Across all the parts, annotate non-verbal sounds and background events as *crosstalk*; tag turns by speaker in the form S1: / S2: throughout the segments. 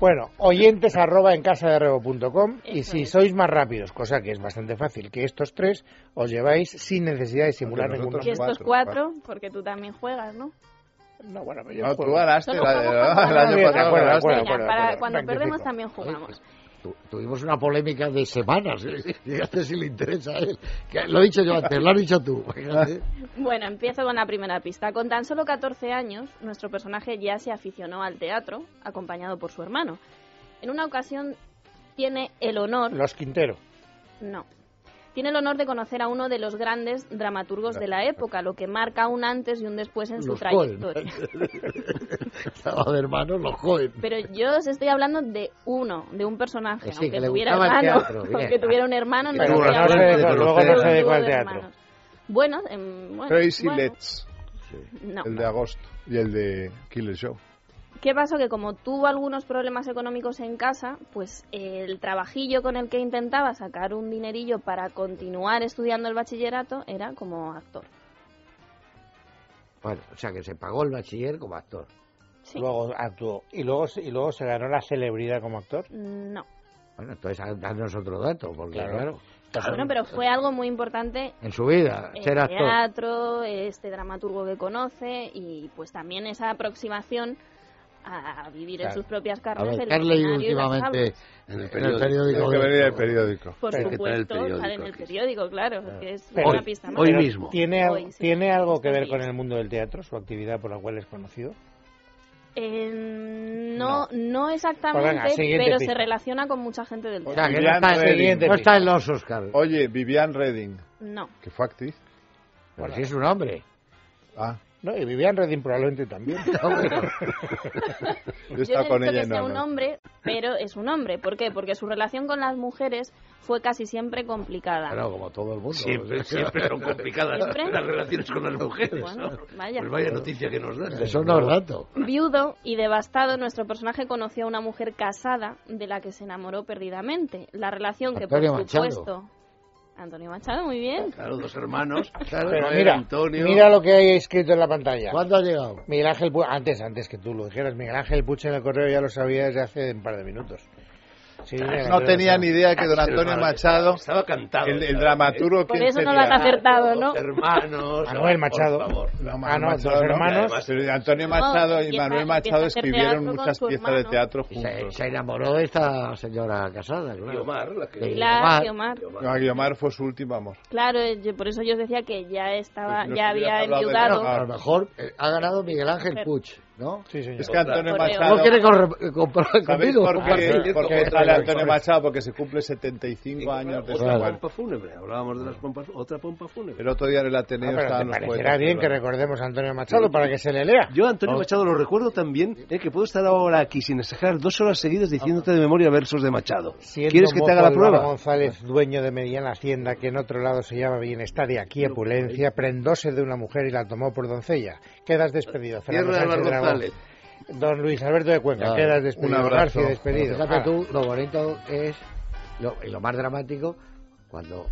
S1: Bueno, oyentes arroba en casa de rebo.com y si sois más rápidos, cosa que es bastante fácil, que estos tres os lleváis sin necesidad de simular
S2: Porque
S1: ningún
S2: nosotros-
S3: Que estos
S2: Cuatro,
S3: cuatro, porque tú también juegas, ¿no?
S1: No, bueno, pero yo
S2: No,
S1: juego.
S2: tú ganaste
S3: Solo
S2: Este, la de-
S3: jugamos con
S2: el año
S1: cuatro.
S2: pasado.
S1: Bueno,
S2: ganaste.
S1: bueno,
S3: Venga,
S1: bueno,
S3: para
S1: bueno,
S3: cuando
S1: magnífico.
S3: perdemos también jugamos.
S4: Tu- Tuvimos una polémica de semanas. ¿eh? *laughs* Fíjate si le interesa a él. Que lo he dicho yo antes, lo has dicho tú. fíjate.
S3: Bueno, empiezo con la primera pista. Con tan solo 14 años, nuestro personaje ya se aficionó al teatro, acompañado por su hermano. En una ocasión tiene el honor
S1: *laughs* Los Quintero.
S3: No. Tiene el honor de conocer a uno de los grandes dramaturgos de la época, lo que marca un antes y un después en su
S4: Los Cohen.
S3: trayectoria.
S4: Estaba de hermanos, los Cohen.
S3: Pero yo os estoy hablando de uno, de un personaje,
S4: Sí,
S3: aunque
S4: que le
S3: tuviera
S4: gustaba el
S3: hermano,
S4: teatro, bien.
S3: aunque tuviera un hermano, no
S1: Pero
S3: estoy
S1: no
S3: hablando
S1: se
S3: de
S1: dedicó,
S3: un
S1: luego no se
S3: dúo
S1: dedicó
S3: de
S1: al teatro.
S3: hermanos. Bueno, em, bueno,
S2: Crazy
S3: bueno,
S2: Let's,
S3: no.
S2: el de agosto y el de Killer Show.
S3: ¿Qué pasó? Que como tuvo algunos problemas económicos en casa, pues eh, el trabajillo con el que intentaba sacar un dinerillo para continuar estudiando el bachillerato era como actor.
S4: Bueno, o sea que se pagó el bachiller como actor.
S3: Sí.
S1: Luego actuó. Y luego, se- y luego se ganó la celebridad como actor.
S3: No.
S4: Bueno, entonces danos otro dato, porque
S1: Claro.
S4: claro,
S3: Bueno, pero fue algo muy importante
S4: en su vida,
S3: el
S4: ser actor.
S3: eh, teatro, este dramaturgo que conoce y pues también esa aproximación a vivir en
S1: Claro.
S3: sus propias
S4: A
S3: carnes
S4: ver,
S3: el
S4: ¿qué has leído
S3: escenario y las
S4: últimamente
S3: tablas.
S5: En
S4: en
S5: el
S4: el
S5: periódico.
S4: periódico?
S2: Tiene que venir el
S4: de-
S2: periódico.
S3: Por
S5: Pero- que trae el
S3: supuesto, sale en
S5: periódico
S3: el
S5: aquí.
S3: periódico, claro, que es
S1: Pero-
S3: una pista más.
S5: Hoy mismo.
S1: ¿Tiene, al-
S3: Hoy, sí.
S1: ¿Tiene algo que ver
S3: Sí.
S1: con el mundo del teatro, su actividad por la cual es conocido?
S3: Eh, no, no exactamente,
S1: Pues venga, siguiente
S3: pero
S1: pista.
S3: se relaciona con mucha gente del
S2: O
S3: teatro.
S4: sea, que no
S2: Julián
S4: está,
S2: Redding.
S4: no está en los Oscars.
S2: Oye, Vivian Redding,
S3: No,
S2: que fue actriz.
S4: Pero si Pues es un hombre.
S2: Ah,
S1: No, y Vivian Redding probablemente también.
S2: yo
S3: yo no he
S2: estaba
S3: dicho
S2: con ella
S3: que
S2: en
S3: sea un
S2: Ana.
S3: hombre, pero es un hombre. ¿Por qué? Porque su relación con las mujeres fue casi siempre complicada.
S4: Claro, como todo el mundo. *laughs*
S5: *laughs* Siempre, siempre son complicadas
S3: ¿Siempre?
S5: las relaciones con las mujeres.
S3: Bueno,
S5: ¿no?
S3: vaya.
S5: Pues vaya noticia que nos das.
S4: Eso no es dato.
S3: Viudo y devastado, nuestro personaje conoció a una mujer casada de la que se enamoró perdidamente. La relación que, por
S4: Antonio Machado.
S3: supuesto... Antonio Machado, muy bien.
S5: Claro, dos hermanos. Claro,
S1: Pero
S5: Noel,
S1: mira,
S5: Antonio.
S1: mira lo que hay escrito en la pantalla.
S4: ¿Cuándo ha llegado?
S1: Miguel Ángel Puch, antes, antes que tú lo dijeras, Miguel Ángel Puch en el correo ya lo sabía desde hace un par de minutos. Sí,
S5: Ah,
S1: mira,
S2: No
S1: lo
S2: tenía
S1: sabe.
S2: ni idea que don
S5: Pero
S2: Antonio
S5: madre,
S2: Machado,
S5: Estaba cantado.
S2: el, el
S5: ¿sabes?
S2: dramaturgo
S3: Por
S2: que
S3: eso no lo has
S2: sería-
S3: acertado, ¿no?
S5: Dos Hermanos.
S1: Manuel Machado.
S5: Por favor.
S2: No,
S1: Ah, no,
S2: Manuel Machado,
S1: dos
S2: ¿no?
S1: hermanos.
S2: Además, el de Antonio Machado y
S3: empieza- empieza
S2: Manuel
S3: a
S2: Machado
S3: hacer
S2: escribieron
S3: teatro con
S2: muchas
S3: su
S2: piezas de
S3: hermano.
S2: teatro
S4: Y Se,
S2: juntos.
S4: se enamoró de esta señora casada,
S5: Y
S4: claro.
S5: Omar, la que...
S4: Sí.
S3: Pilar,
S4: Omar.
S3: Omar.
S2: No, Guiomar fue su último amor.
S3: Claro, eh, yo- por eso yo os decía que ya estaba,
S2: Pues si no
S3: ya había
S2: hubieras hablado de
S3: enviudado.
S4: A
S2: Claro.
S4: lo mejor eh, ha ganado Miguel Ángel Puch, ¿no?
S1: Sí, señor.
S2: Es que Antonio
S3: Correo.
S2: Machado...
S4: ¿No quiere corre-
S1: *laughs*
S4: comparar
S2: ¿Sabéis
S4: conmigo?
S2: por qué,
S5: Claro.
S2: por qué
S5: Claro.
S2: sale Antonio
S5: Claro.
S2: Machado? Porque se cumple 75 años de
S5: Otra
S2: esta
S4: Claro.
S2: muerte.
S5: pompa fúnebre. Hablábamos de las pompas. Otra pompa fúnebre.
S2: El otro día en el
S1: Ah,
S2: Ateneo
S1: pero te
S2: estaban los
S1: parecerá
S2: poetas.
S1: bien que recordemos a Antonio Machado para que se le lea.
S5: Yo, Antonio Machado, lo recuerdo también, eh, que puedo estar ahora aquí sin exagerar dos horas seguidas diciéndote de memoria versos de Machado.
S1: Siendo
S5: ¿Quieres que te
S1: mozo
S5: haga la
S1: Álvaro
S5: prueba?
S1: González, dueño de mediana hacienda, que en otro lado se llama Bienestar y aquí Apulencia, prendóse de una mujer y la tomó por doncella. Quedas despedido. Fernando
S5: Tierra de Álvaro
S1: Sánchez Dragón.
S5: González.
S1: Don Luis Alberto de Cuenca,
S4: Claro.
S1: quedas despedido.
S2: Un abrazo.
S1: García, despedido.
S4: Pero
S2: ah.
S4: fíjate
S1: Ala.
S4: tú, lo bonito es, lo- y lo más dramático, cuando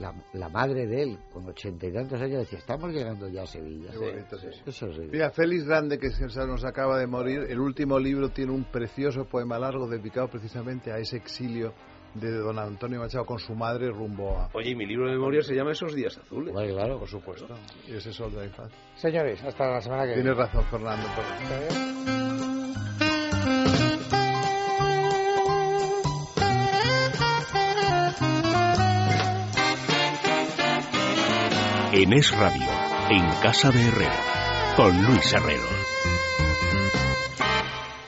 S4: la, la madre de él, con ochenta y tantos años, decía, estamos llegando ya a Sevilla.
S2: Qué bonito es eso.
S4: Eso es
S2: Mira, Félix Grande, que se nos acaba de morir, el último libro tiene un precioso poema largo dedicado precisamente a ese exilio de don Antonio Machado con su madre rumbo a...
S5: Oye, y mi libro de memoria se llama Esos días azules.
S4: Bueno, claro.
S2: Por supuesto. Y ese sol de la infancia.
S1: Señores, hasta la semana que viene.
S2: Tienes razón, Fernando. pero-
S6: En Es Radio, en Casa de Herrero, con Luis Herrero.